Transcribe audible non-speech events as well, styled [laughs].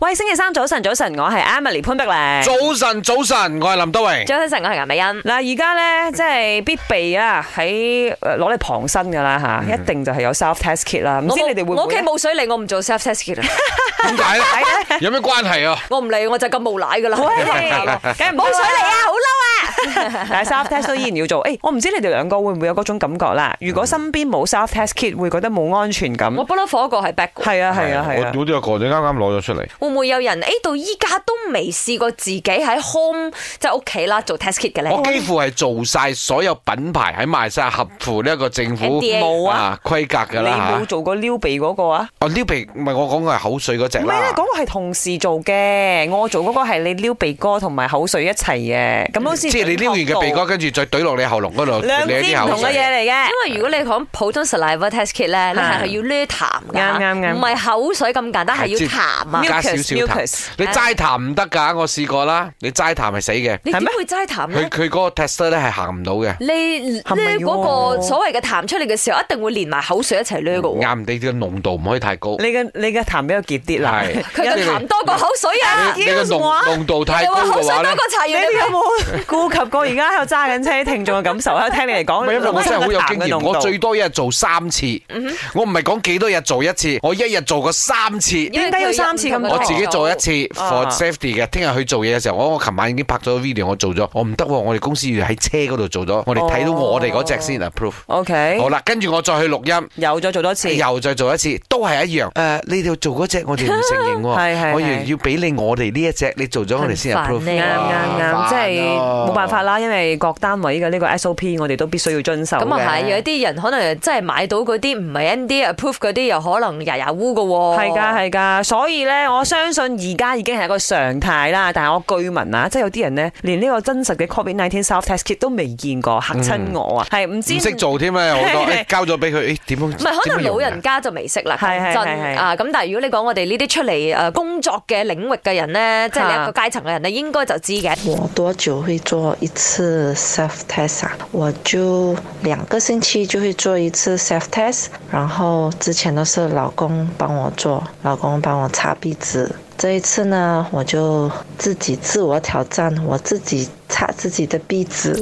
喂，星期三早晨，早晨，我係 Emily 潘碧玲。早晨，早晨，我系林德荣。早晨，我係顏美欣。嗱，而嗯家咧即係必備啊，喺呃攞嚟旁身噶啦吓，嗯一定就係有 self test kit 啦。唔知我冇你哋會啊我唔屋企會 [laughs] 呢？冇水嚟，我唔做 self test [laughs] 嘅啦，点解咧？有咩关系啊？我唔理，我就咁無賴噶啦。 [laughs] 梗係唔冇水嚟 [laughs] 啊！好嬲但係 self test 都依然要做。誒，我唔知你哋兩個會唔會有嗰種感覺啦？如嗯果身邊冇 self test kit，會覺得冇安全感啊！。我不嬲火過係 back [laughs] 嘅。係啊，係啊，係啊我。我都有個，你啱啱攞咗出嚟。會唔會有人誒到依家都未試過自己喺 home 即係屋企啦做 test kit 嘅咧？哦啊我幾乎係做晒所有品牌喺賣晒合乎呢一個政府 FDA 冇啊規格㗎你啦冇嚇。做過撩鼻嗰個啊？哦，呢鼻唔係我講嘅係口水嗰只唔係咧啦，。嗰個係同事做嘅，我做嗰個係你撩鼻哥同埋口水一齊嘅，咁好似即係你撩完嘅鼻哥，跟住再懟落你喉嚨嗰度，兩你支一啲唔口同嘅水。嘢嚟嘅。因為如果你講普通 saliva test kit 咧，你係係要咧痰㗎，啊啱啱啱唔係口水咁簡單，係要即係痰啊！加少少 Mucus，痰，你齋痰唔得㗎，我試過啦。你齋痰係死嘅，你係點咩會齋嗯痰佢咧？佢嗰個 tester 咧係行唔到嘅。你係咪咧嗰喎個所謂嘅痰出嚟嘅時候，一定會連埋口水一齊咧嘅嗯喎。啱，你嘅濃度唔可以太高。你嘅你嘅痰比較結啲啦。 [laughs] 係佢嘅痰多過口水啊！你嘅濃濃度太你高話口嘅話水多咧過。茶你葉哋有冇顧及過而家喺度揸緊車啲聽眾嘅感受？喺度聽你哋唔講，係因為我真係好有經你驗，嘅我濃度最多一日做三次，嗯我唔係講幾多日做一次，我一日做過三次。因為點解要三次咁多我自己做一次啊 for safety 嘅，聽日去做嘢嘅時候，我我琴晚已經拍咗個 video，我做咗，我唔得喎，我哋公司要喺車嗰度做咗，我哋睇到我哋嗰只先啊 approve。 OK，好啦，跟住我哎再去錄音。有咗做多次。又再做一次，都係一樣。誒、你哋做嗰只，我哋唔承認啊 [laughs] 係係喎。我係要要俾你我哋呢一隻，你做咗我哋先很煩 approve。呢啊啱啱啱，哇即係煩啊冇辦法啦，因為各單位嘅呢個嗯 SOP 我哋都必須要遵守嘅。咁啊係，有啲人可能真係買到嗰啲唔係 ND approve 嗰啲，又可能牙牙烏嘅喎。係㗎，係㗎，所以咧，我相信而家已經係一個常態啦。但係我據聞嗯啊，即係有啲人咧，連呢個真實嘅 Covid nineteen self test kit 都未見過，嚇親我啊！係唔知。嗯唔識做添啊啦，有好 [laughs] 多誒哎交咗俾佢，誒點樣？唔係，可點樣能用啊老㗎人家就未識啦，係係講係係真啊！咁但係如果你講我哋呢啲出嚟誒工作嘅領域嘅人咧，即係你一個階層嘅人咧，應該就知嘅。我多久会做一次 self test 啊？我就两个星期就会做一次 self test，然后之前都是老公帮我做，老公帮我擦鼻子。这一次呢，我就自己自我挑战，我自己擦自己的鼻子。